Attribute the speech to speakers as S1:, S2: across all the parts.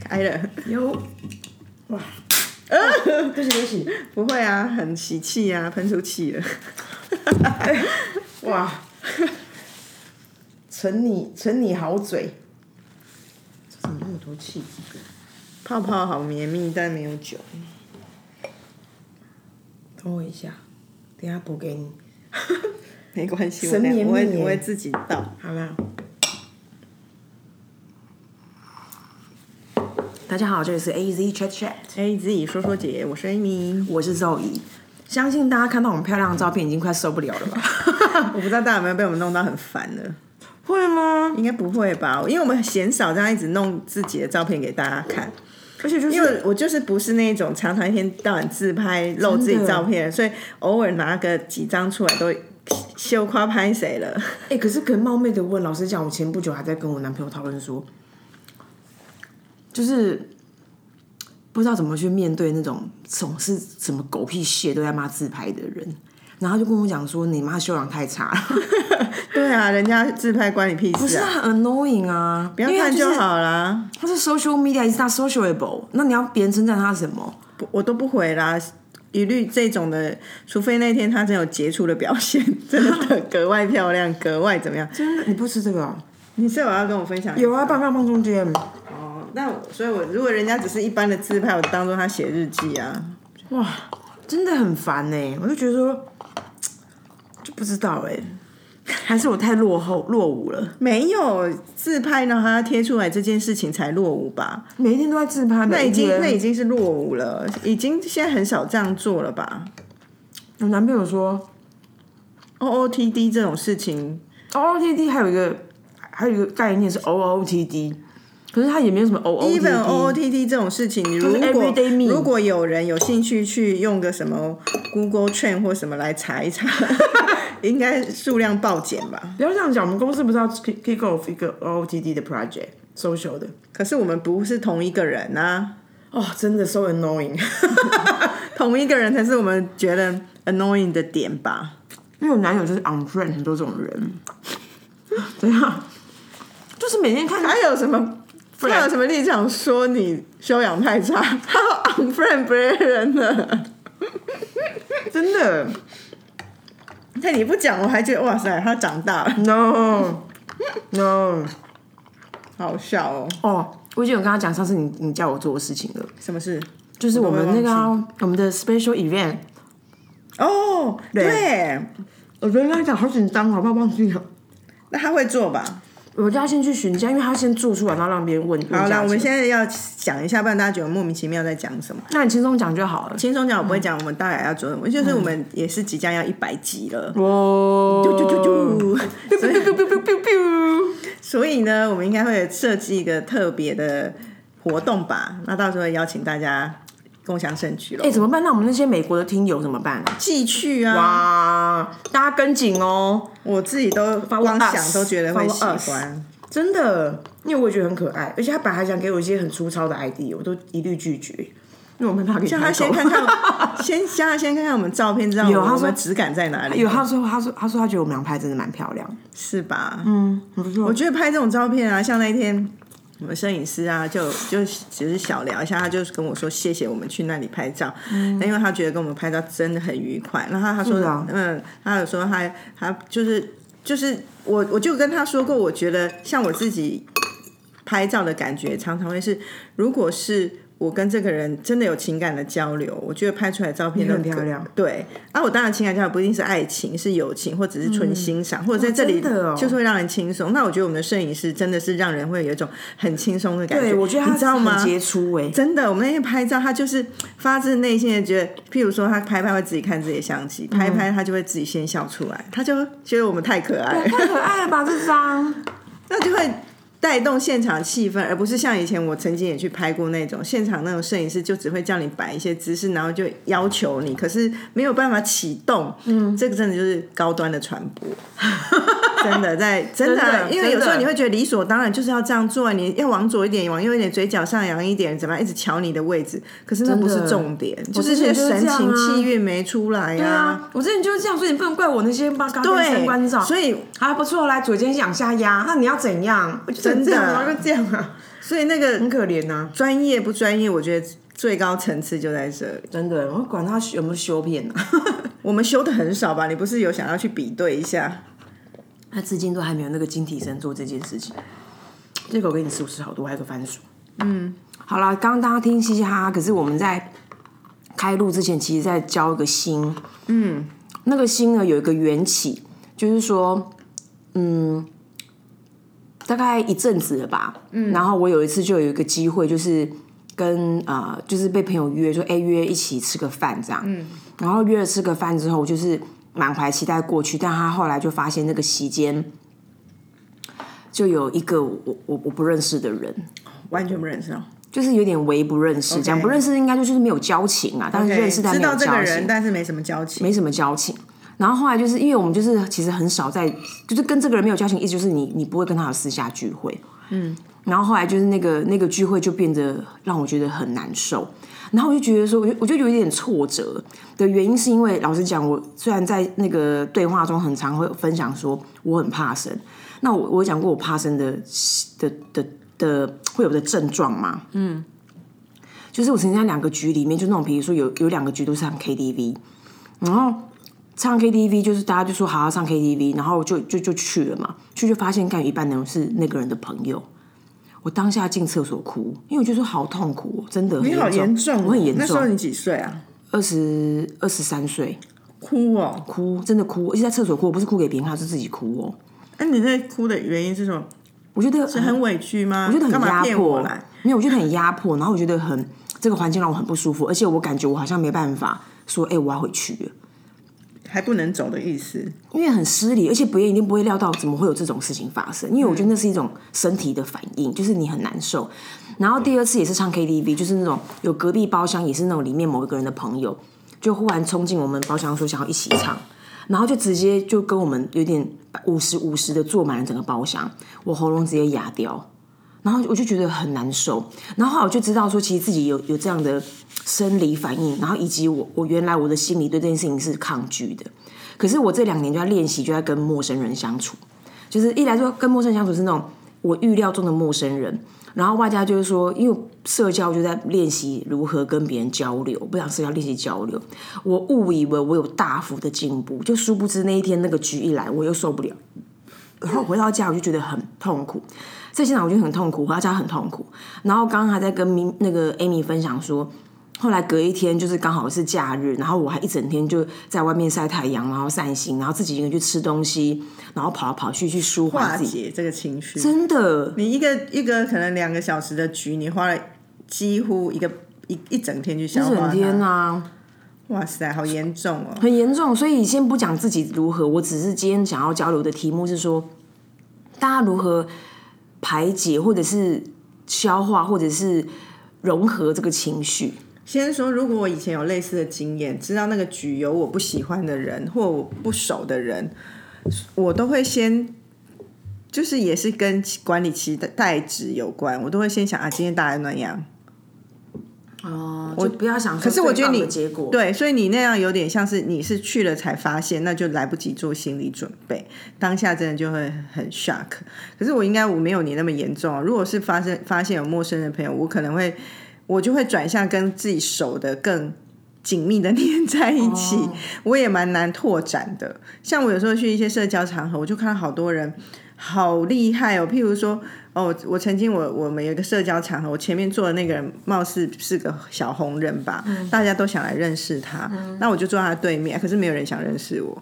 S1: 开了，
S2: 有，哇，呃对不起对不起，
S1: 不会啊，很喜气啊，喷出气了。
S2: 哇，陈你陈你好嘴，这怎么那么多气？
S1: 泡泡好绵密，但没有酒。
S2: 等我一下，等一下补给你。
S1: 没关系，我
S2: 神
S1: 等
S2: 绵
S1: 我会
S2: 密耶
S1: 我会自己倒。
S2: 好了。大家好，这里是 A Z Chat Chat，
S1: A Z 说说姐，我是 Amy。
S2: 我是 Zoe。相信大家看到我们漂亮的照片已经快受不了了吧？
S1: 我不知道大家有没有被我们弄到很烦了，
S2: 会吗？
S1: 应该不会吧？因为我们嫌少这样一直弄自己的照片给大家看，
S2: 而且就
S1: 因
S2: 是
S1: 为我就是不是那种常常一天到晚自拍露自己照片，所以偶尔拿个几张出来都羞夸拍谁了。
S2: 哎、可是可以冒昧的问，老实讲，我前不久还在跟我男朋友讨论说，就是不知道怎么去面对那种总是什么狗屁屑都在骂自拍的人，然后他就跟我讲说，你妈修养太差了，
S1: 对啊，人家自拍关你屁
S2: 不
S1: 事
S2: 是
S1: 啊！
S2: 很 annoying 啊，
S1: 不要
S2: 因为他
S1: 看
S2: 就
S1: 就是好啦，
S2: 他是 social media，是他 sociable，那你要别人称赞他什么？
S1: 不我都不回啦，一律这种的，除非那天他真有杰出的表现， 真 的格外漂亮，格外怎么样？
S2: 真的，你不吃这个、哦？
S1: 你是有要跟我分享？
S2: 有啊，放放放中间。
S1: 哦，那我所以我，如果人家只是一般的自拍，我当做他写日记啊。
S2: 哇，真的很烦呢、我就觉得说，就不知道哎、还是我太落后落伍了，
S1: 没有自拍呢，他贴出来这件事情才落伍吧？
S2: 每一天都在自拍，
S1: 那
S2: 每
S1: 已
S2: 一
S1: 经
S2: 天
S1: 那已经是落伍了，已经现在很少这样做了吧
S2: 我男朋友说
S1: ？O O T D 这种事情，
S2: O O T D 还有一个还有一个概念是 O O T D，可是他也没有什么 O O T
S1: even O O
S2: D，
S1: T D 这种事情，
S2: 是
S1: 如果
S2: everyday me
S1: 如果有人有兴趣去用个什么 Google Trend 或什么来查一查， 应该数量暴减吧？
S2: 不要这样讲，我们公司不是要 kick off 一个 O O T D 的 project social 的。
S1: 可是我们不是同一个人啊，
S2: 哦，真的 so annoying，
S1: 同一个人才是我们觉得 annoying 的点吧？
S2: 因为我男友就是 unfriend 很多这种 人，怎样？就是每天看
S1: 他有什么？他有什么立场说你修养太差？他 unfriend 别人了。
S2: 真的
S1: 看你不讲，我还觉得哇塞，他长大了，
S2: no no
S1: 好笑哦。
S2: 哦，我已经有跟他讲上次你你叫我做的事情了，
S1: 什么事？
S2: 就是我们
S1: 我都
S2: 那
S1: 会
S2: 个啊、我们的 special event，
S1: 哦，对，
S2: 我觉得跟他讲好紧张，哦我怕忘记了。
S1: 那他会做吧？
S2: 我就要先去询价，因为他要先做出来，然后让别人问。
S1: 好
S2: 问价
S1: 了，
S2: 钱
S1: 我们现在要讲一下，不然大家觉得莫名其妙在讲什么。
S2: 那你轻松讲就好了。
S1: 轻松讲，我不会讲我们大概要做什么，就是我们也是即将要一百集了。
S2: 哦，
S1: 啾啾啾啾！所以，
S2: biu biu biu
S1: 所以呢，我们应该会设计一个特别的活动吧？那到时候邀请大家共享盛举
S2: 哎，
S1: 喽，
S2: 怎么办？那我们那些美国的听友怎么办？
S1: 继续啊！
S2: 哇，大家跟紧哦，
S1: 我自己都
S2: Follow
S1: 光
S2: us，
S1: 想都觉得会喜
S2: follow
S1: 欢。
S2: 真的，因为我也觉得很可爱，而且他本来还想给我一些很粗糙的 ID，我都一律拒绝，因为我们怕给
S1: 叫他先看 看， 先叫他先看看我们照片，知道
S2: 有
S1: 我
S2: 他
S1: 们我
S2: 说
S1: 们质感在哪里，
S2: 有，他说，他说，他说，他觉得我们俩拍真的蛮漂亮，
S1: 是吧？
S2: 嗯，很不错
S1: 我。觉得拍这种照片啊，像那一天我们摄影师啊，就就只是小聊一下，他就跟我说谢谢我们去那里拍照，那因为他觉得跟我们拍照真的很愉快。然后他他说
S2: 嗯是啊
S1: 嗯，他有说他他就是就是我我就跟他说过，我觉得像我自己拍照的感觉，常常会是如果是。我跟这个人真的有情感的交流，我觉得拍出来的照片
S2: 也
S1: 都
S2: 很漂亮
S1: 对，啊，我当然情感交流不一定是爱情，是友情，或只是纯欣赏，或者在这里
S2: 哇真的嗯哦
S1: 就是。会让人轻松。那我觉得我们的摄影师真的是让人会有一种很轻松的感觉。
S2: 对，我觉得他
S1: 你知道吗
S2: 很？杰出哎、
S1: 真的，我们那天拍照，他就是发自内心的觉得，譬如说他拍拍会自己看自己的相机，拍一
S2: 嗯
S1: 拍他就会自己先笑出来，他就觉得我们太可爱了，
S2: 太可爱了吧这 张，
S1: 那就会。带动现场气氛，而不是像以前我曾经也去拍过那种现场那种摄影师，就只会叫你摆一些姿势，然后就要求你，可是没有办法启动。嗯，这个真的就是高端的传 播。真的在真的啊，
S2: 真的
S1: 因为有时
S2: 真
S1: 候
S2: 的
S1: 你会觉得理所当然就是要这样做，你要往左一点，往右一点，嘴角上扬一点，怎么样，一直瞧你的位置。可是那不是
S2: 真的
S1: 重点，就
S2: 我
S1: 是
S2: 之
S1: 些
S2: 前就是
S1: 神
S2: 这样
S1: 情
S2: 啊
S1: 气韵没出来
S2: 对
S1: 呀、
S2: 啊，我之前就是这样，所以你不能怪我那些八嘎跟
S1: 对，
S2: 三关照，
S1: 所以
S2: 啊还不错，来左肩向下压，那你要怎样？我就
S1: 真
S2: 这样啊，
S1: 的
S2: 就这样啊，
S1: 所以那个
S2: 很可怜啊呐、
S1: 专业不专业，我觉得最高层次就在这里。
S2: 真的，我管他有没有修片啊，
S1: 我们修的很少吧？你不是有想要去比对一下？
S2: 他至今都还没有那个金体生做这件事情。这个我跟你说，我吃好多，还有个番薯。嗯，好啦，刚刚大家听嘻嘻哈哈，可是我们在开录之前，其实在教一个心。嗯，那个心呢有一个缘起，就是说，嗯，大概一阵子了吧。嗯，然后我有一次就有一个机会，就是跟呃，就是被朋友约，说哎、约一起吃个饭这样。嗯，然后约了吃个饭之后，我就是满怀期待过去，但他后来就发现那个席间。就有一个我我我不认识的人，
S1: 完全不认识哦。
S2: 就是有点微不认识，讲不认识应该就是没有交情啊，但是
S1: OK，
S2: 认识但
S1: 知
S2: 没有
S1: 道这个
S2: 交
S1: 人，
S2: 情，
S1: 但是没什么交情。
S2: 没什么交情。然后后来就是因为我们就是其实很少在，就是跟这个人没有交情，意思就是你你不会跟他有私下聚会，嗯。然后后来就是那个那个聚会就变得让我觉得很难受，然后我就觉得说，我就我就有一点挫折的原因是因为老实讲，我虽然在那个对话中很常会分享说我很怕生，那哦我我有讲过我怕生的的的的会有的症状嘛，嗯。就是我曾经在两个局里面，就那种，比如说有有两个局都是唱 KTV，然后唱 KTV 就是大家就说好要啊唱 KTV，然后就就就去了嘛，去就发现干有一半的人是那个人的朋友。我当下进厕所哭，因为我就说好痛苦哦，真的很
S1: 你好严重哦，
S2: 我很严
S1: 那时候
S2: 重，
S1: 你几岁啊？
S2: 二十二十三岁，
S1: 哭哦！
S2: 哭真的哭，而且在厕所哭，我不是哭给别人看，是自己哭哦。
S1: 那、你那哭的原因是什么？
S2: 我觉得
S1: 是很委屈吗？
S2: 我觉得
S1: 干
S2: 很
S1: 嘛
S2: 压
S1: 骗我
S2: 迫
S1: 来？，
S2: 没有，我觉得很压迫，然后我觉得很这个环境让我很不舒服，而且我感觉我好像没办法说，哎、我要回去了，
S1: 还不能走的意思？
S2: 因为很失礼，而且别人一定不会料到怎么会有这种事情发生，因为我觉得那是一种身体的反应，就是你很难受。然后第二次也是唱 KTV，就是那种有隔壁包厢，也是那种里面某一个人的朋友，就忽然冲进我们包厢说想要一起唱，然后就直接就跟我们有点五十五十的坐满了整个包厢，我喉咙直接哑掉。然后我就觉得很难受，然后后来我就知道说，其实自己有有这样的生理反应，然后以及我我原来我的心里对这件事情是抗拒的，可是我这两年就在练习，就在跟陌生人相处，就是一来说跟陌生人相处是那种我预料中的陌生人，然后外加就是说，因为社交就在练习如何跟别人交流，不想社交练习交流，我误以为我有大幅的进步，就殊不知那一天那个局一来，我又受不了，然后回到家我就觉得很痛苦，在现场我觉得很痛苦，回到家很痛苦。然后刚刚还在跟明那个 Amy 分享说，后来隔一天就是刚好是假日，然后我还一整天就在外面晒太阳，然后散心，然后自己一个人去吃东西，然后跑来跑去去舒
S1: 化
S2: 缓自己。
S1: 解这个情绪。
S2: 真的，
S1: 你一个一个可能两个小时的局，你花了几乎一个一一整天去消
S2: 一
S1: 化
S2: 整
S1: 它。
S2: 天啊，
S1: 哇塞，好严重哦！
S2: 很严重。所以先不讲自己如何，我只是今天想要交流的题目是说，大家如何排解或者是消化或者是融合这个情绪。
S1: 先说，如果我以前有类似的经验，知道那个局有我不喜欢的人或我不熟的人，我都会先，就是也是跟管理期待值有关，我都会先想啊，今天大家那样，
S2: 哦，我不要想说
S1: 可是我觉得
S2: 最棒的
S1: 你
S2: 结果
S1: 对，所以你那样有点像是你是去了才发现，那就来不及做心理准备，当下真的就会很 shock。可是我应该我没有你那么严重、啊，如果是发生发现有陌生的朋友，我可能会我就会转向跟自己熟的更。紧密的黏在一起，我也蛮难拓展的。像我有时候去一些社交场合，我就看到好多人好厉害哦。譬如说，哦，我曾经我我们有一个社交场合，我前面坐的那个人貌似是个小红人吧，大家都想来认识他，那我就坐他对面，可是没有人想认识我，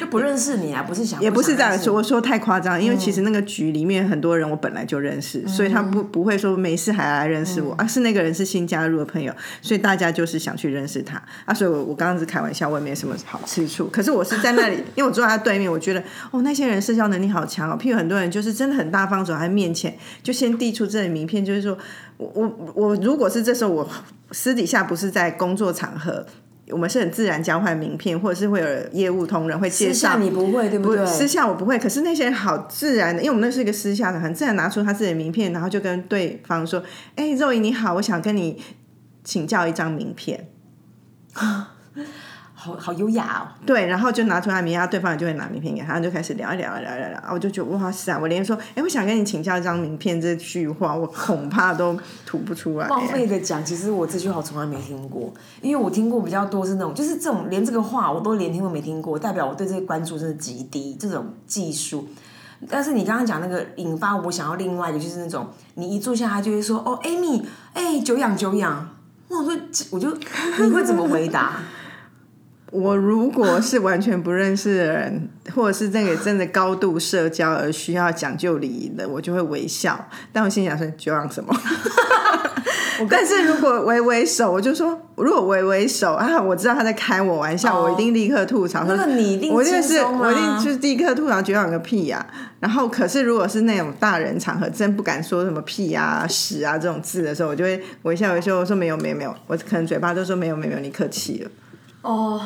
S2: 就不认识你啊，不是想
S1: 也不是这样
S2: 想认识嗯
S1: 说，我说太夸张，因为其实那个局里面很多人我本来就认识，所以他不不会说没事还来认识我、
S2: 嗯
S1: 啊，是那个人是新加入的朋友，所以大家就是想去认识他啊，所以我我刚刚是开玩笑，我也没什么好吃醋，可是我是在那 里，因为我坐在他对面，我觉得哦那些人社交能力好强哦，譬如很多人就是真的很大方走在他面前，就先递出这里名片，就是说我我我如果是这时候我私底下不是在工作场合。我们是很自然交换名片，或者是会有业务同仁会介
S2: 私下
S1: 绍
S2: 你不会对不对？
S1: 私下我不会，可是那些人好自然的，因为我们那是一个私下的，很自然拿出他自己的名片，然后就跟对方说：“哎、肉姨你好，我想跟你请教一张名片。”
S2: 好好优雅哦，
S1: 对，然后就拿出他名片，然后对方也就会拿名片给他，然后就开始聊一聊，聊一聊，聊一聊，我就觉得哇塞，我连说，哎，我想跟你请教一张名片这句话，我恐怕都吐不出来。
S2: 浪费的讲，其实我这句话从来没听过，因为我听过比较多是那种，就是这种连这个话我都连听都没听过，代表我对这个关注真的极低，这种技术。但是你刚刚讲那个引发我想要另外一个就是那种，你一坐下他就会说哦，Amy，哎、久仰久仰，哇我说这我就你会怎么回答？
S1: 我如果是完全不认识的人，或者是这个真的高度社交而需要讲究礼仪的，我就会微笑。但我心想说，就让什 么？但是如果微微手，我就说，如果微微手啊，我知道他在开我玩笑，
S2: 哦
S1: 我一定立刻吐槽说，
S2: 那你一定
S1: 我一定
S2: 轻
S1: 是，
S2: 松啊
S1: 我一定就是立刻吐槽，就让个屁呀、然后，可是如果是那种大人场合，真不敢说什么屁呀、屎啊这种字的时候，我就会微笑微笑，我说没有没有没有，我可能嘴巴都说没有没有没有，你客气了。
S2: 哦，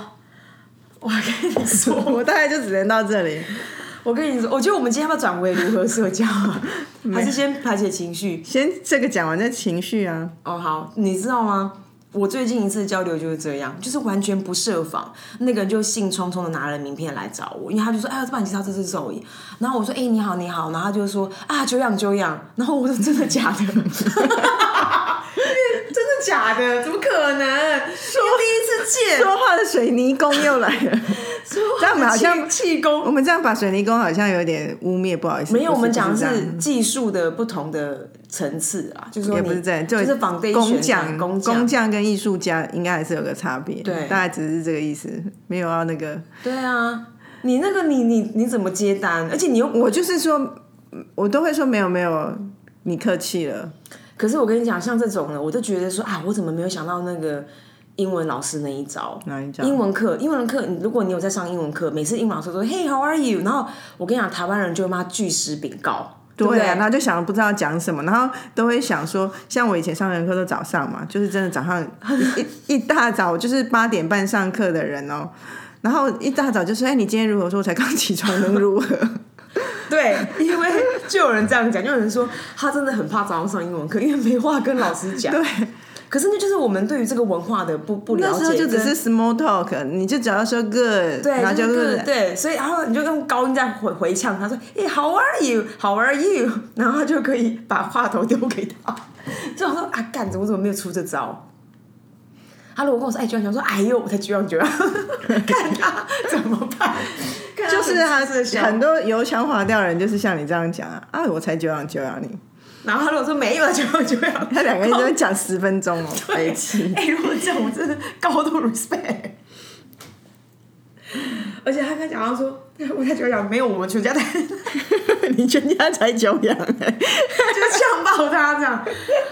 S2: 我跟你说，
S1: 我大概就只能到这里。
S2: 我跟你说，我觉得我们今天要不要转为如何社交啊？还是先排解情绪？
S1: 先这个讲完再情绪啊，
S2: 哦，好，你知道吗？我最近一次交流就是这样，就是完全不设防，那个人就兴冲冲的拿了名片来找我，因为他就说：“哎，这帮你介绍这是兽医。”然后我说：“哎、你好，你好。”然后他就说：“啊，久仰久仰。”然后我说：“真的假的？” 因为真的假的？怎么可能？说第一次见，
S1: 说话的水泥工又来 了，这样我们好像
S2: 气功
S1: 我们这样把水泥工好像有点污蔑，不好意思。
S2: 没有，
S1: 不是
S2: 我们讲的
S1: 不这
S2: 是
S1: 样
S2: 技术的不同的层次啊，就是说
S1: 也
S2: 你
S1: 不是这样，
S2: 就是仿对工
S1: 工匠、
S2: 工
S1: 工
S2: 匠，
S1: 匠跟艺术家应该还是有个差别，
S2: 对
S1: 大概只是这个意思，没有要那个。
S2: 对啊，你那个你你你怎么接单？而且你又
S1: 我就是说，我都会说没有没有，你客气了。
S2: 可是我跟你讲，像这种呢，我就觉得说啊，我怎么没有想到那个英文老师那一招？
S1: 哪一招
S2: 英文课，英文课，你如果你有在上英文课，每次英文老师都说 Hey，how are you？然后我跟你讲，台湾人就会骂巨石禀告，对不
S1: 对啊，
S2: 对？
S1: 然后就想不知道讲什么，然后都会想说，像我以前上人课都早上嘛，就是真的早上一一一大早就是八点半上课的人哦，然后一大早就说，哎，你今天如何？我说我才刚起床，能如何？
S2: 对，因为就有人这样讲，就有人说他真的很怕早上上英文课，因为没话跟老师讲。
S1: 对，
S2: 可是那就是我们对于这个文化的不不了
S1: 那
S2: 解，
S1: 时候就只
S2: 跟
S1: 是 small talk，你就只要说 good，
S2: 对，
S1: 然后
S2: 就是是对，所以然后你就用高音再回回呛他说：“哎、h o w are you？How are you？” 然后他就可以把话头丢给他。 就想说啊，干，怎么怎么没有出这招？他如果跟我说：“哎，居然想说，哎呦，我才居然居然， 看他怎么办？看他
S1: 就是他
S2: 很吃得消
S1: 很多油腔滑调的人，就是像你这样讲啊，啊，我才久仰久仰你，
S2: 然后他如果说没有，居然居然，
S1: 他两个人都讲十分钟 哦，白痴。
S2: 哎、如果这样，我真的高度 respect。而且他跟讲到说，我才觉得讲没有我们全家的，
S1: 你全家才久仰、哎
S2: 就是呛爆他这样。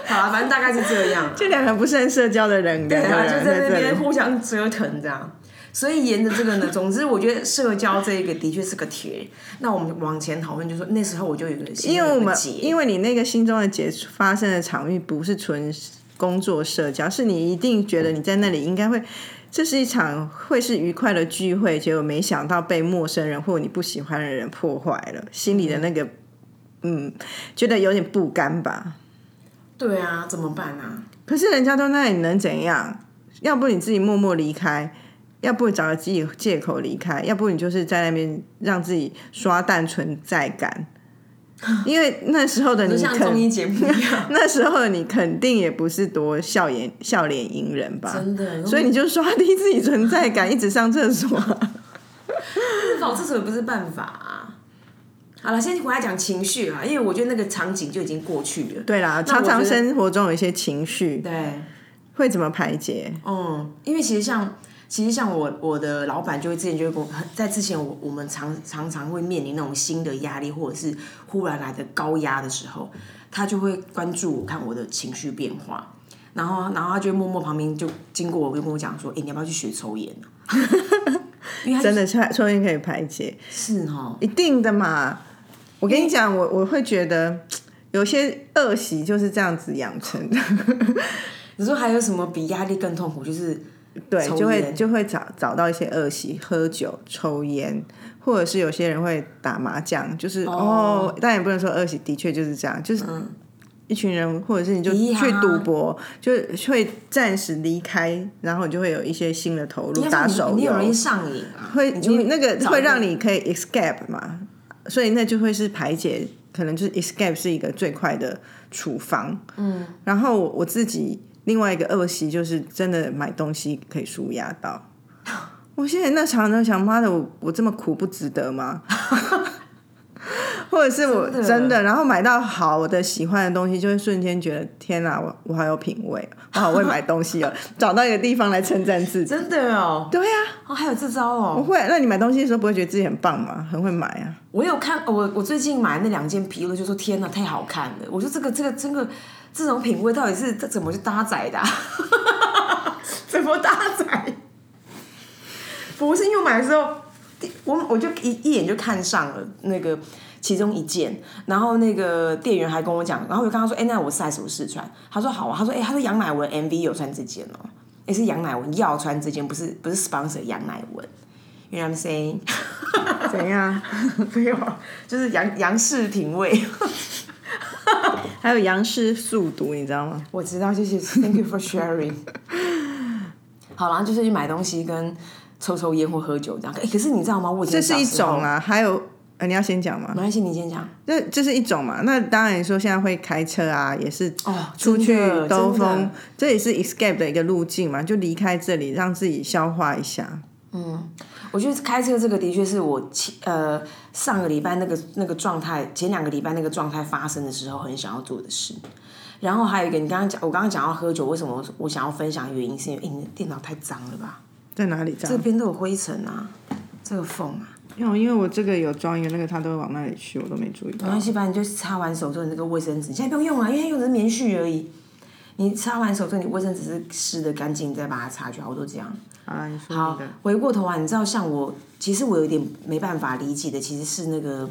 S2: 好啊了，反正大概是这样。
S1: 这两个不善社交的人，
S2: 对
S1: 两个
S2: 啊，
S1: 人
S2: 就在那
S1: 这
S2: 边
S1: 里。
S2: 互相折腾这样。所以沿着这个呢，总之我觉得社交这一个的确是个铁。那我们往前讨论，就说那时候我就有一个心里
S1: 因为我
S2: 有个
S1: 们
S2: 结，
S1: 因为你那个心中的结发生的场域不是纯工作社交，是你一定觉得你在那里应该会，这是一场会是愉快的聚会，结果没想到被陌生人或你不喜欢的人破坏了，心里的那个嗯，觉得有点不甘吧。
S2: 对啊，怎么办啊？
S1: 可是人家都那里能怎样？要不你自己默默离开，要不找个自己借口离开，要不你就是在那边让自己刷淡存在感。 因为那时候的
S2: 就
S1: 你
S2: 像综
S1: 肯，
S2: 艺节目一样，
S1: 那时候的你肯定也不是多笑颜笑脸迎人吧，
S2: 真的
S1: 所以你就刷低自己存在 感，一直上厕所。
S2: 找厕所也不是办法、啊。好了，先回来讲情绪啊啦，因为我觉得那个场景就已经过去 了。
S1: 对啦，
S2: 那我
S1: 常常
S2: 觉得
S1: 生活中有一些情绪，
S2: 对，
S1: 会怎么排解？
S2: 嗯，因为其实像其实像我我的老板就会之前就会跟我在之前我我们常常常会面临那种新的压力或者是忽然来的高压的时候，他就会关注我看我的情绪变化。然后，然后他就会默默旁边就经过我，就跟我讲说：“哎、你要不要去学抽烟、啊、因为他
S1: 真的抽抽烟可以排解，
S2: 是哦，
S1: 一定的嘛。我跟你讲，我我会觉得有些恶习就是这样子养成 的，
S2: 你说还有什么比压力更痛苦？就是
S1: 对，
S2: 抽
S1: 就会
S2: 烟
S1: 就会找找到一些恶习，喝酒、抽烟，或者是有些人会打麻将，就是哦
S2: 哦嗯
S1: 但也不能说恶习，的确就是这样，就是一群人，或者是你就
S2: 咿呀
S1: 去赌博，就会暂时离开，然后你就会有一些新的投入，打手
S2: 嗯你你
S1: 游
S2: 有容易上瘾啊，
S1: 会
S2: 你就会
S1: 那个
S2: 找
S1: 会
S2: 一个
S1: 让你可以 escape 嘛，所以那就会是排解，可能就是 escape 是一个最快的处方。嗯，然后我自己另外一个恶习就是真的买东西可以舒压到。 我现在那常常想，妈的，我我这么苦不值得 吗？或者是我
S2: 真的
S1: 真的，然后买到好的喜欢的东西，就会瞬间觉得天哪、我我好有品味，我好会买东西 哦，找到一个地方来称赞自己。
S2: 真的哦，
S1: 对呀、
S2: 哦，还有这招哦，
S1: 会，那你买东西的时候不会觉得自己很棒吗？很会买啊，
S2: 我有看，哦我我最近买那两件皮，我就说天哪，太好看了！我说这个这个这个这种品味到底是这怎么去搭载的、啊？怎么搭载？不是因为我买的时候，第我我就一一眼就看上了那个其中一件，然后那个店员还跟我讲，然后我就跟他说，哎、那我 size 我试穿，他说好啊，他说哎、他说杨乃文 MV 有穿这件哦、也、是杨乃文要穿这件，不是不是 sponsor 杨乃文。You know what I'm saying？
S1: 怎样？
S2: 没有，就是杨杨氏品味。
S1: 还有杨氏速读，你知道吗？
S2: 我知道，谢 谢，Thank you for sharing。好啦，然后就是去买东西跟抽抽烟或喝酒这样。哎、可是你知道吗？我以前
S1: 这是一
S2: 小时候
S1: 种，啊，还有。呃、你要先讲吗？
S2: 没关系，你先讲。
S1: 这这是一种嘛？那当然，说现在会开车啊，也是
S2: 哦
S1: 出去
S2: 真的
S1: 兜
S2: 真的
S1: 风，这也是 escape 的一个路径嘛，就离开这里，让自己消化一下。
S2: 我觉得开车这个的确是我前呃上个礼拜那个那个状态，前两个礼拜那个状态发生的时候很想要做的事。然后还有一个，你刚刚讲，我刚刚讲到喝酒，为什么我我想要分享的原因是因为，哎、你的电脑太脏了吧？
S1: 在哪里这
S2: 这
S1: 样？
S2: 边都有灰尘啊，这个缝啊。
S1: 因为因为我这个有装一个那个，他都会往那里去，我都没注意
S2: 没
S1: 到
S2: 关。系吧，你就擦完手之后，你那个卫生纸现在不用用了，因为它用的是棉絮而已。你擦完手之后，你卫生纸是湿的干净，你再把它擦去，我都这样。
S1: 好啦，你说
S2: 好
S1: 你的。，
S2: 回过头来，你知道，像我，其实我有点没办法理解的，其实是那个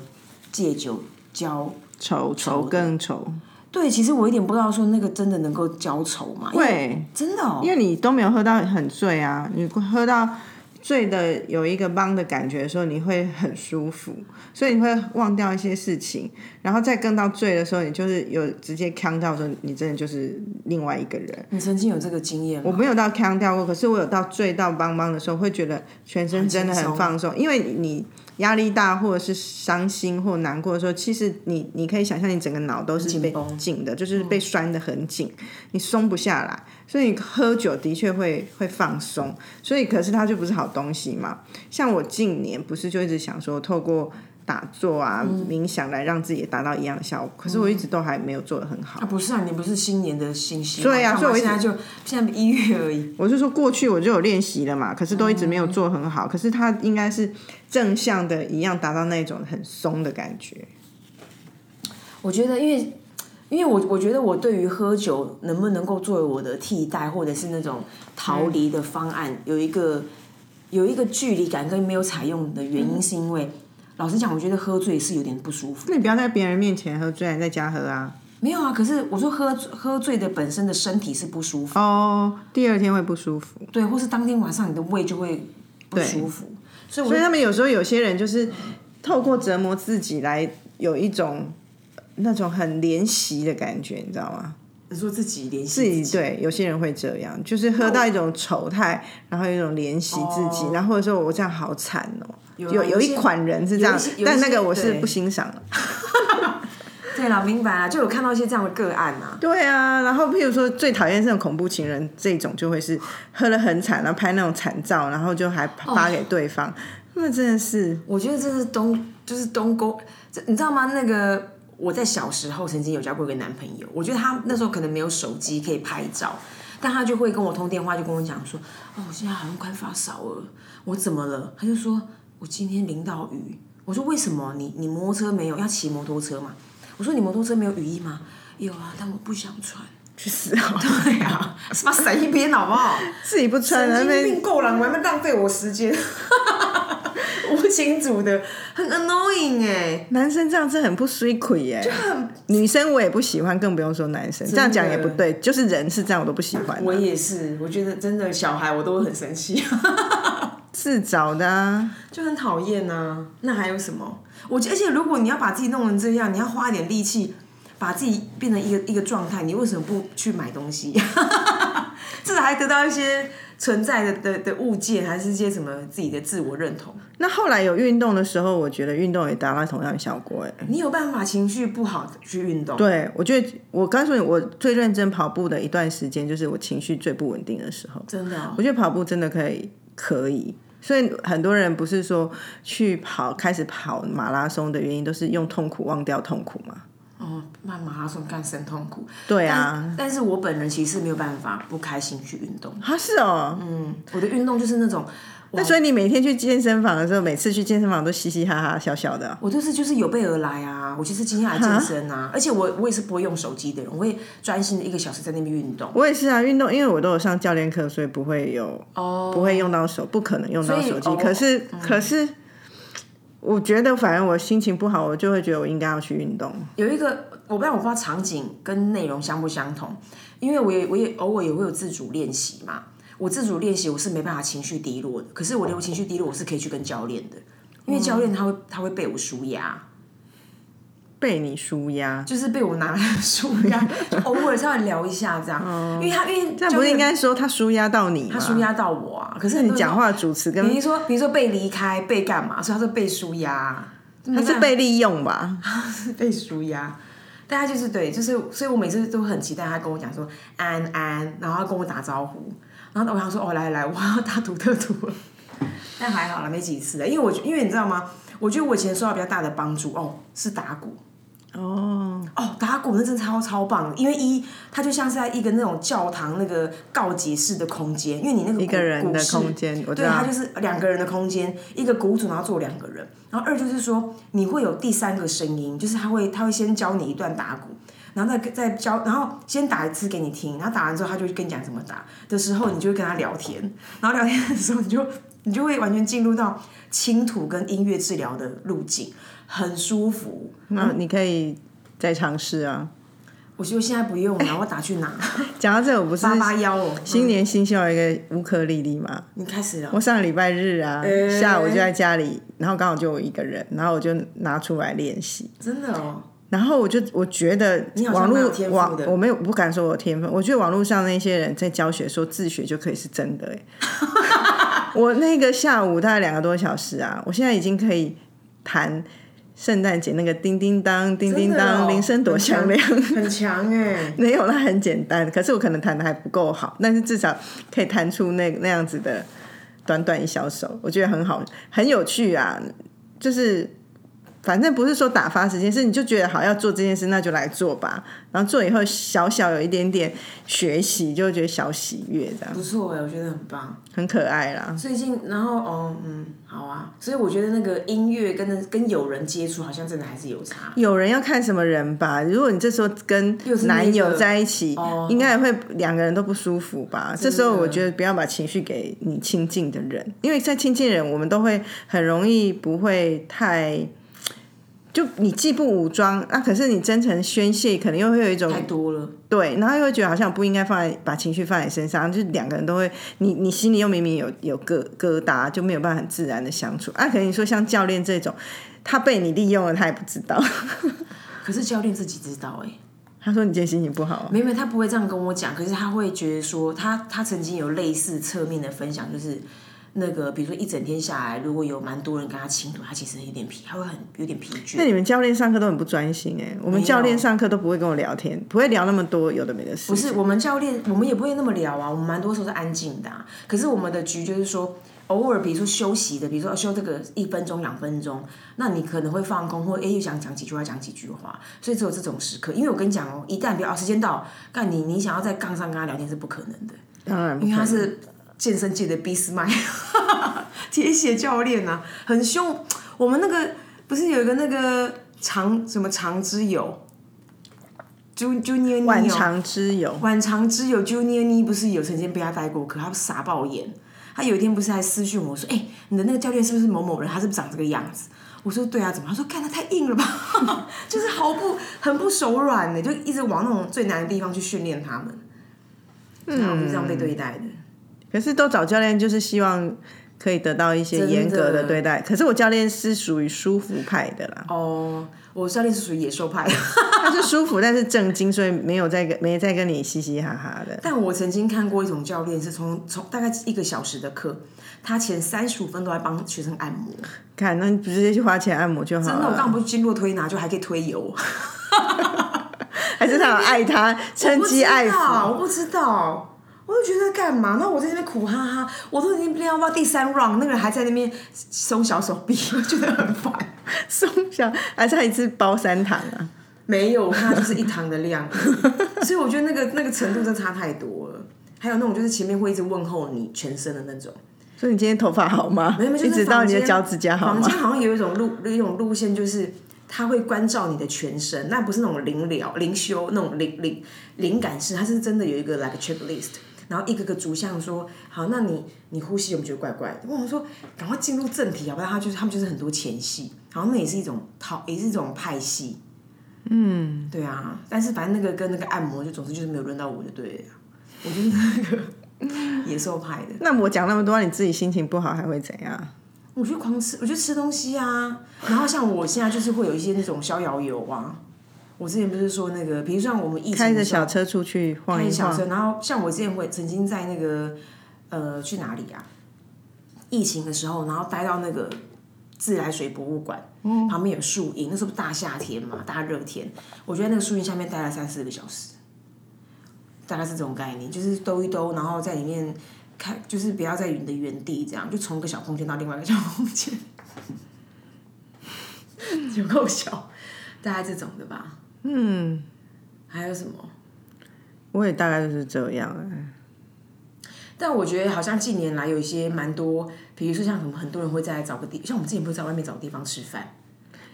S2: 戒酒交。
S1: 丑
S2: 丑
S1: 丑
S2: 的
S1: 更丑，
S2: 对，其实我有点不知道说那个真的能够交愁嘛？因为
S1: 对，
S2: 真的哦
S1: 因，为你都没有喝到很醉啊，你喝到醉的有一个帮的感觉的时候，你会很舒服，所以你会忘掉一些事情，然后再更到醉的时候，你就是有直接呛到的时候，你真的就是另外一个人。
S2: 你曾经有这个经验
S1: 我
S2: 吗？
S1: 没有到呛掉过，可是我有到醉到邦邦的时候，会觉得全身真的很放松，因为你压力大或者是伤心或难过的时候，其实你你可以想象你整个脑都是
S2: 紧
S1: 被
S2: 绷嗯
S1: 紧的，就是被拴得很紧，你松不下来，所以你喝酒的确会会放松，所以可是它就不是好东西嘛。像我近年不是就一直想说透过。打坐啊，
S2: 嗯
S1: 冥想来让自己也达到一样的效果，可是我一直都还没有做得很好
S2: 啊，。不是啊，你不是新年的新希望
S1: 对啊
S2: 干嘛
S1: 所以我一直
S2: 现在就现在一月而已，
S1: 我是说过去我就有练习了嘛，可是都一直没有做很
S2: 嗯
S1: 好。可是它应该是正向的，一样达到那种很松的感觉。
S2: 我觉得，因为因为我我觉得我对于喝酒能不能够作为我的替代，或者是那种逃离的方案，有一个有一个距离感跟没有采用的原因，是因为、老实讲，我觉得喝醉是有点不舒服。
S1: 那你不要在别人面前喝醉，你在家喝啊。
S2: 没有啊，可是我说喝喝醉的本身的身体是不舒服，
S1: 哦，第二天会不舒服。
S2: 对，或是当天晚上你的胃就会不舒服，所以我
S1: 所以
S2: 就
S1: 他们有时候有些人就是透过折磨自己来有一种那种很怜惜的感觉，你知道吗？
S2: 你说自己联
S1: 自
S2: 系
S1: 己对，有些人会这样，就是喝到一种丑态，然后有一种怜惜自己，然后或者说我这样好惨哦、
S2: 哦有啊
S1: 有
S2: 有
S1: 有
S2: 一些
S1: 一款人是这样
S2: 有一些有一，些
S1: 但那个我是
S2: 对
S1: 不欣赏的。
S2: 对啦，明白啦，就有看到一些这样的个案啊。
S1: 对啊，然后譬如说最讨厌这种恐怖情人这种，就会是喝了很惨，然后拍那种惨照，然后就还
S2: 哦
S1: 发给对方，那真的是
S2: 我觉得这是东，就是东沟，这你知道吗？那个我在小时候曾经有交过一个男朋友，我觉得他那时候可能没有手机可以拍照，但他就会跟我通电话，就跟我讲说：“哦，我现在好像快发烧了，我怎么了？”他就说：“我今天淋到雨。”我说：“为什么？你你摩托车没有？要骑摩托车嘛？”我说：“你摩托车没有雨衣吗？”有啊，但我不想穿。
S1: 去死好了，
S2: 对啊，是吧？闪一边好不好？
S1: 自己不穿，然
S2: 神
S1: 后
S2: 经
S1: 被
S2: 病够了，你还没浪费我时 间，无情组的很 annoying 哎、
S1: 男生这样子很不 s 亏耶，女生我也不喜欢，更不用说男生，这样讲也不对，就是人是这样，我都不喜欢
S2: 我，也是，我觉得真的小孩我都很生 气，
S1: 自找的啊。
S2: 就很讨啊厌呐。那还有什么？我觉得而且如果你要把自己弄成这样，你要花一点力气把自己变成一个一个状态，你为什么不去买东西？ 至少还得到一些存在的的的物件，还是一些什么自己的自我认同。
S1: 那后来有运动的时候，我觉得运动也达到同样的效果、欸。哎，
S2: 你有办法情绪不好地去运动？
S1: 对我觉得我告诉你，我最认真跑步的一段时间，就是我情绪最不稳定的时候。
S2: 真的哦、
S1: 我觉得跑步真的可以，可以。所以很多人不是说去跑开始跑马拉松的原因，都是用痛苦忘掉痛苦嘛？
S2: 哦，慢马拉松干神痛苦。
S1: 对啊，
S2: 但是我本人其实没有办法不开心去运动。
S1: 啊是哦。
S2: 嗯，我的运动就是那种，
S1: 那所以你每天去健身房的时候，每次去健身房都嘻嘻哈哈、笑笑的哦、
S2: 我就是就是有备而来啊，我就是今天来健身啊，而且我我也是不会用手机的人，我会专心的一个小时在那边运动。
S1: 我也是啊，运动，因为我都有上教练课，所以不会有
S2: 哦，
S1: 不会用到手，不可能用到
S2: 所以
S1: 手机。
S2: 哦
S1: 可是，可是，我觉得反正我心情不好，我就会觉得我应该要去运动。
S2: 有一个，我不知道我不知道场景跟内容相不相同，因为我也我也偶尔也会有自主练习嘛。我自主练习我是没办法情绪低落的，可是我的情绪低落我是可以去跟教练的，因为教练他会他会被我舒压，
S1: 被你舒压，
S2: 就是被我拿来 舒压，就偶尔稍微聊一下这样，因为他因为
S1: 那
S2: 教
S1: 不是
S2: 练
S1: 应该说他舒压到你吗？
S2: 他舒压到我啊，可是
S1: 你
S2: 很多人
S1: 讲话主持跟
S2: 比如说，比如说被离开、被干嘛，所以他说被舒压，
S1: 他
S2: 他
S1: 是被利用吧？
S2: 被舒压。但他就是对，就是，所以我每次都很期待他跟我讲说安安，然后他跟我打招呼，然后我想说哦来来，我要大吐特吐了。但还好啦，没几次了，因为我因为你知道吗？我觉得我以前受到比较大的帮助哦，是打鼓
S1: 哦，
S2: 哦，打鼓那真的超超棒的，因为一它就像是在一个那种教堂那个告解式的空间，因为你那个
S1: 一
S2: 一
S1: 个人的空间，我知
S2: 对，它
S1: 道
S2: 就。是两个人的空间，一个鼓组，然后坐两个人。然后二就是说，你会有第三个声音，就是他会他会先教你一段打鼓，然后再再教，然后先打一次给你听，然后打完之后他就会跟你讲怎么打的时候，你就会跟他聊天，然后聊天的时候你就你就会完全进入到倾吐跟音乐治疗的路径，很舒服。
S1: 那你可以再尝试啊。
S2: 我就现在不用了，我打去 哪？
S1: 讲到这，我不是
S2: 八八幺哦，
S1: 新年新秀有一个乌克丽丽吗？
S2: 你开始了。
S1: 我上个礼拜日啊，
S2: 欸
S1: 下午就在家里，然后刚好就我一个人，然后我就拿出来练习。
S2: 真的哦，
S1: 然后我就我觉得
S2: 你好像
S1: 网
S2: 蛮
S1: 络
S2: 有天赋
S1: 网
S2: 的
S1: 我没有不敢说我有天分，我觉得网络上那些人在教学说自学就可以是真的、欸。 我那个下午大概两个多小时啊，我现在已经可以弹圣诞节那个叮叮当叮叮
S2: 真的
S1: 当
S2: 哦
S1: 铃声多响亮。
S2: 很强哎、
S1: 没有，那很简单。可是我可能弹的还不够好，但是至少可以弹出那那样子的短短一小首，我觉得很好，很有趣啊。就是反正不是说打发时间，是你就觉得好要做这件事，那就来做吧。然后做以后，小小有一点点学习，就会觉得小喜悦，这样
S2: 不错哎、我觉得很棒。
S1: 很可爱啦。
S2: 最近，然后哦，嗯，好啊，所以我觉得那个音乐跟那跟友人接触，好像真的还是有差。
S1: 有人要看什么人吧？如果你这时候跟
S2: 又是那个
S1: 男友在一起，
S2: 哦
S1: 应该也会两个人都不舒服吧？这时候
S2: 真的
S1: 我觉得不要把情绪给你亲近的人，因为在亲近人，我们都会很容易不会太。就你既不武装，啊，可是你真诚宣泄，可能又会有一种
S2: 太多了，
S1: 对，然后又会觉得好像不应该放在把情绪放在身上，就是两个人都会，你你心里又明明有有疙疙瘩，就没有办法很自然的相处。啊，可能你说像教练这种，他被你利用了，他也不知道。
S2: 可是教练自己知道哎、
S1: 他说你今天心情不好、啊，
S2: 没没，他不会这样跟我讲，可是他会觉得说，他他曾经有类似侧面的分享，就是那个比如说一整天下来，如果有蛮多人跟他倾吐，他其实有点疲，他会很有点疲倦
S1: 那。你们教练上课都很不专心哎、我们教练上课都不会跟我聊天，不会聊那么多有的没的事。
S2: 不是，我们教练，我们也不会那么聊啊，我们蛮多时候是安静的、啊。可是啊我们的局就是说，偶尔比如说休息的，比如说休这个一分钟、两分钟，那你可能会放空，或哎又想讲几句话，讲几句话，所以只有这种时刻。因为我跟你讲哦，一旦比如哦时间到，干你你想要在杠上跟他聊天是不可能的，
S1: 当然不
S2: 因
S1: 可
S2: 为他
S1: 能，
S2: 是健身界的俾斯麦， 铁血教练啊，很凶。我们那个不是有一个那个长什么长之友。Jun Junior
S1: 晚
S2: Neo
S1: 长之友。
S2: 晚长之友 Junior 妮不是有曾经被他带过课，他傻爆眼。他有一天不是还私讯我说：“哎、你的那个教练是不是某某人？他是不是长这个样子？”我说：“对啊，怎么？”他说：“看他太硬了吧， 就是毫不很不手软欸的，就一直往那种最难的地方去训练他们。”嗯，我就这样被对待的。
S1: 可是都找教练就是希望可以得到一些
S2: 真的
S1: 严格的对待。可是我教练是属于舒服派的啦，
S2: 哦，我教练是属于野兽派，
S1: 他是舒服，但是正经，所以没有在跟没在跟你嘻嘻哈哈的。
S2: 但我曾经看过一种教练是从从大概一个小时的课，他前三十五分都在帮学生按摩，
S1: 看，那你直接去花钱按摩就好
S2: 真的，我
S1: 了。
S2: 刚不是经络推拿，就还可以推油，
S1: 还是他有爱他，趁机爱抚。
S2: 我不知道，我不知道。我就觉得干嘛？那我在那边苦哈哈，我都已经练到第三 round，那个人还在那边松小手臂，我觉得很烦。
S1: 松下，还是他一次包三堂啊？
S2: 没有，它就是一堂的量，所以我觉得那个那个程度真的差太多了。还有那种就是前面会一直问候你全身的那种，
S1: 说你今天头发好吗？
S2: 没有，没有
S1: 一
S2: 就是
S1: 直到
S2: 房
S1: 你
S2: 间
S1: 的脚趾甲好
S2: 房
S1: 吗
S2: 间？好像有一种路有一种路线，就是他会关照你的全身，那不是那种灵疗、灵修那种灵灵灵感式，它是真的有一个 like a checklist。然后一个个逐项说，好，那你你呼吸有没有觉得怪怪的？我想说，赶快进入正题，好不然他就是他们就是很多前戏，好像那也是一种套，也是一种派系。嗯，对啊，但是反正那个跟那个按摩，就总之就是没有轮到我就对了，我就是那个 野兽派的。
S1: 那我讲那么多，你自己心情不好还会怎样？
S2: 我就狂吃，我就吃东西啊。然后像我现在就是会有一些那种逍遥游啊。我之前不是说那个，比如像我们疫
S1: 开
S2: 情
S1: 着
S2: 的时候
S1: 小车出去晃
S2: 开
S1: 一
S2: 着小
S1: 晃，
S2: 车，然后像我之前会曾经在那个呃去哪里啊？疫情的时候，然后待到那个自来水博物馆，旁边有树荫，那时候不大夏天嘛，大热天，我觉得那个树荫下面待了三四个小时，大概是这种概念，就是兜一兜，然后在里面看，就是不要在你的原地这样，就从一个小空间到另外一个小空间， 有够小，大概这种的吧。嗯，还有什么？
S1: 我也大概就是这样啊。
S2: 但我觉得好像近年来有一些蛮多，比如说像什么很多人会在找个地，像我们之前不是在外面找地方吃饭，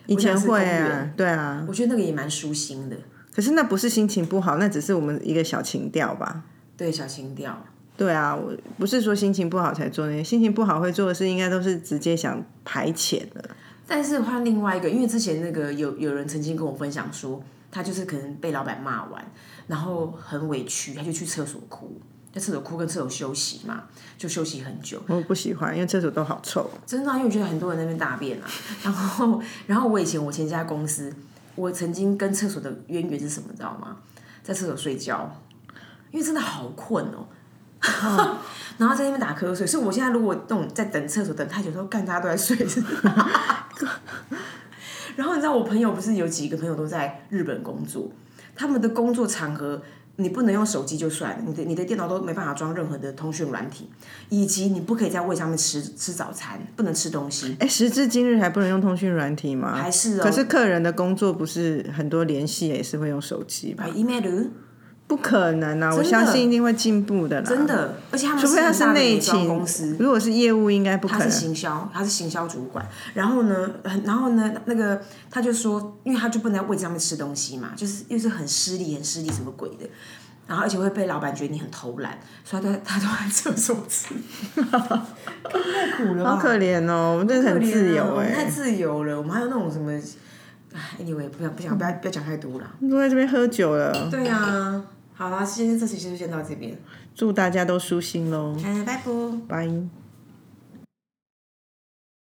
S1: 以前会
S2: 公
S1: 啊
S2: 园，
S1: 对啊，
S2: 我觉得那个也蛮舒心的，
S1: 可是那不是心情不好，那只是我们一个小情调吧。
S2: 对小情调。
S1: 对啊，我不是说心情不好才做那些，心情不好会做的事，应该都是直接想排遣的。
S2: 但是换另外一个，因为之前那个有有人曾经跟我分享说，他就是可能被老板骂完，然后很委屈，他就去厕所哭，在厕所哭跟厕所休息嘛，就休息很久。
S1: 我不喜欢，因为厕所都好臭。
S2: 真的啊、因为我觉得很多人在那边大便啊。然后，然后我以前我前一家公司，我曾经跟厕所的渊源是什么，你知道吗？在厕所睡觉，因为真的好困哦。 然后在那边打瞌睡，所以我现在如果那种在等厕所等太久，都干大家都在睡。 然后你知道我朋友不是有几个朋友都在日本工作，他们的工作场合你不能用手机就算了，你的你的电脑都没办法装任何的通讯软体，以及你不可以在位上面吃吃早餐，不能吃东西。
S1: 哎，时至今日还不能用通讯软体吗？
S2: 还是哦
S1: 嗯可是客人的工作不是很多联系也是会用手机吧？
S2: 买 email
S1: 不可能啊！
S2: 真的
S1: 我相信一定会进步的啦。
S2: 真，的，而且他们
S1: 除非他
S2: 很
S1: 是
S2: 大的
S1: 内
S2: 美妆
S1: 勤
S2: 公司，，
S1: 如果是业务应该不可
S2: 他是
S1: 能。
S2: 行销，他是行销主管。然后呢，很然后呢，那个他就说，因为他就不能在位置上面吃东西嘛，就是又是很失礼，很失礼什么鬼的。然后而且会被老板觉得你很偷懒，所以他都 他都在厕所 吃，太苦了吧
S1: 好可怜哦，我们真的很自由
S2: 我
S1: 哎、
S2: 们太自由了。我们还有那种什么，哎，anyway，不要不想不要不要讲太多了。
S1: 都在这边喝酒了，
S2: 对啊，好啦，今天这期就先到这边，
S1: 祝大家都舒心喽，
S2: 嗯，拜拜。
S1: 拜。